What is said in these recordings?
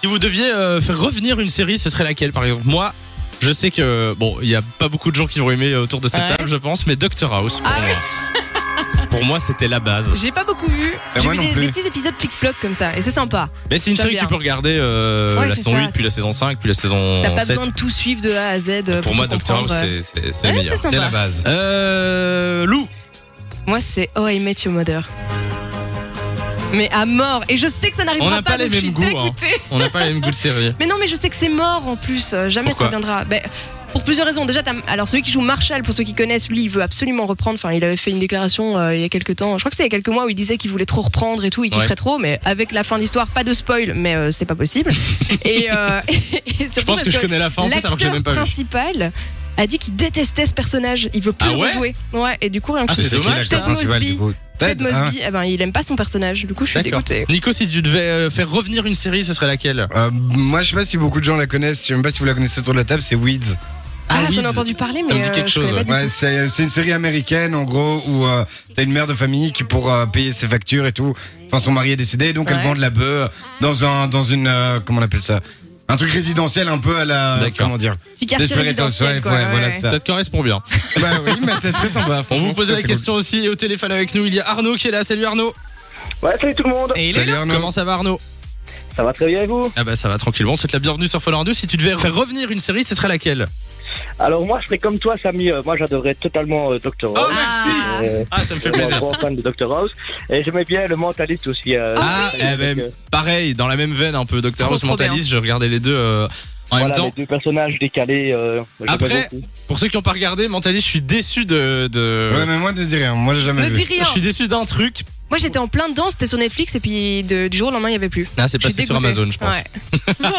Si vous deviez euh, faire revenir une série, ce serait laquelle par exemple Moi, je sais que bon, il y a pas beaucoup de gens qui vont aimer euh, autour de cette Ouais. table, je pense, mais Doctor House pour Ah moi. pour moi, c'était la base. J'ai pas beaucoup vu. Et J'ai moi vu non des, plus. des petits épisodes plic-ploc comme ça, et c'est sympa. Mais c'est une T'as série que bien. tu peux regarder euh, Ouais, la c'est saison ça. 8, puis la saison 5, puis la saison T'as pas 7. besoin de tout suivre de A à Z. euh, Pour, Pour moi, tout Doctor House, comprendre. c'est c'est- c'est le Ouais, meilleur. c'est C'est sympa. la base. Euh, Lou, Moi, c'est Oh I Met Your Mother. Mais à mort. Et je sais que ça n'arrivera On n'a pas les donc je suis mêmes goûts, hein. dégoûtée. on n'a pas les mêmes goûts de série. Mais non, mais je sais que c'est mort en plus. Euh, Jamais Pourquoi ça reviendra. Ben, pour plusieurs raisons. Déjà, t'as- alors celui qui joue Marshall, pour ceux qui connaissent, lui, il veut absolument reprendre. Enfin, il avait fait une déclaration euh, il y a quelques temps. Je crois que c'est il y a quelques mois où il disait qu'il voulait trop reprendre et tout, il kifferait Ouais. trop. Mais avec la fin d'histoire, pas de spoil, mais euh, c'est pas possible. et, euh, et surtout Je pense parce que je connais la fin en plus alors que j'ai l'acteur même pas vu. principal a dit qu'il détestait ce personnage. Il veut plus Ah le ouais rejouer. Ouais. Et du coup, rien que Ah, c'est qui dommage, l'acteur ça. principal, Ted du coup Ted Ted, hein Mosby, eh ben, il aime pas son personnage. Du coup, je suis D'accord. dégoûtée. Nico, si tu devais euh, faire revenir une série, ce serait laquelle Euh, moi, je sais pas si beaucoup de gens la connaissent. Je sais même pas si vous la connaissez autour de la table. C'est Weeds. Ah, j'en ai Weeds. entendu parler, me mais dit euh, quelque je connais chose, pas ouais. du tout. Ouais, c'est c'est une série américaine en gros où euh, t'as une mère de famille qui pour euh, payer ses factures et tout, enfin son mari est décédé donc Ouais. elle vend de la bœuf dans un dans une euh, comment on appelle ça, un truc résidentiel un peu à la D'accord. comment dire. Petit quartier Desperate résidentiel, Housewives, quoi, ouais, voilà ouais. ça. Ça te correspond bien. bah oui mais c'est très On sympa. vous franchement, posait c'est la très question aussi et au téléphone avec nous, il y a Arnaud qui est là. Salut Arnaud. Ouais, salut tout le monde. Et il est Salut là. Arnaud. Comment ça va Arnaud Ça va très bien et vous Ah bah ça va tranquillement. On te souhaite la bienvenue sur Fun Radio. Si tu devais faire revenir une série, ce serait laquelle Alors moi, je serais comme toi, Samy. euh, moi, j'adorais totalement euh, Doctor House. Ah. Euh, Oh. Ah ça me fait je suis un plaisir. grand fan de Doctor House. Et j'aimais bien le mentaliste aussi. euh, Ah, avec, eh ben, euh, pareil, dans la même veine un peu, Docteur Trop, House trop Mentalist, je regardais les deux euh, en même voilà, temps. les deux personnages décalés. euh, j'aimais Après, beaucoup. Pour ceux qui n'ont pas regardé, Mentalist, je suis déçu de... de- cool. Ouais mais moi ne dis rien, moi j'ai jamais Ne vu. dis rien. Je suis déçu d'un truc. Moi j'étais en plein dedans, c'était sur Netflix et puis de- du jour au lendemain il y avait plus. Ah, c'est Je suis passé sur dégoûtée. Amazon, je pense. Ouais.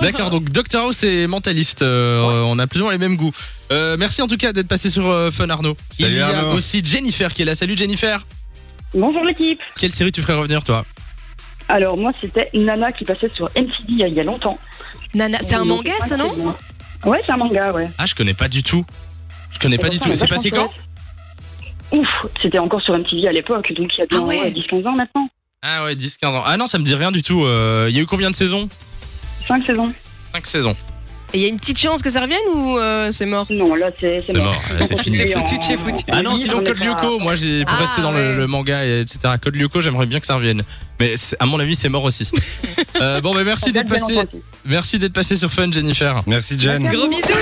D'accord, donc Doctor House et Mentalist, euh, on a plus ou moins les mêmes goûts. Euh, merci en tout cas d'être passé sur euh, Fun Arnaud. Salut, Il y a Arnaud. aussi Jennifer qui est là. Salut Jennifer. Bonjour l'équipe. Quelle série tu ferais revenir toi Alors moi c'était Nana qui passait sur MTV euh, il y a- il y a longtemps. Nana, c'est un Donc, manga je crois ça que non c'est moi. Ouais, c'est un manga, ouais. Ah, je connais pas du tout. Je connais pas Et du pourtant, tout. C'est vachement passé quand chouette. Ouf, c'était encore sur MTV à l'époque, donc il y a bien Ah ouais. ouais, 10-15 ans maintenant. Ah ouais, 10-15 ans. Ah non, ça me dit rien du tout. Euh, Il y a eu combien de saisons 5 saisons. 5 saisons. Et il y a une petite chance que ça revienne ou euh, c'est mort Non, là c'est C'est mort, ouais, c'est fini. C'est foutu, c'est foutu. Ah non, sinon Code Lyoko, moi j'ai pour Ah, rester dans le, ouais. le manga et etc. Code Lyoko, j'aimerais bien que ça revienne. Mais c'est- à mon avis, c'est mort aussi. Euh, bon, bah merci d'être passé, merci d'être passé sur Fun, Jennifer. Merci Jen. Gros bisous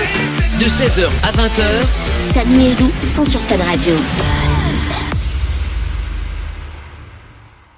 De 16h à 20h, Samy et Lou sont sur Fan Radio.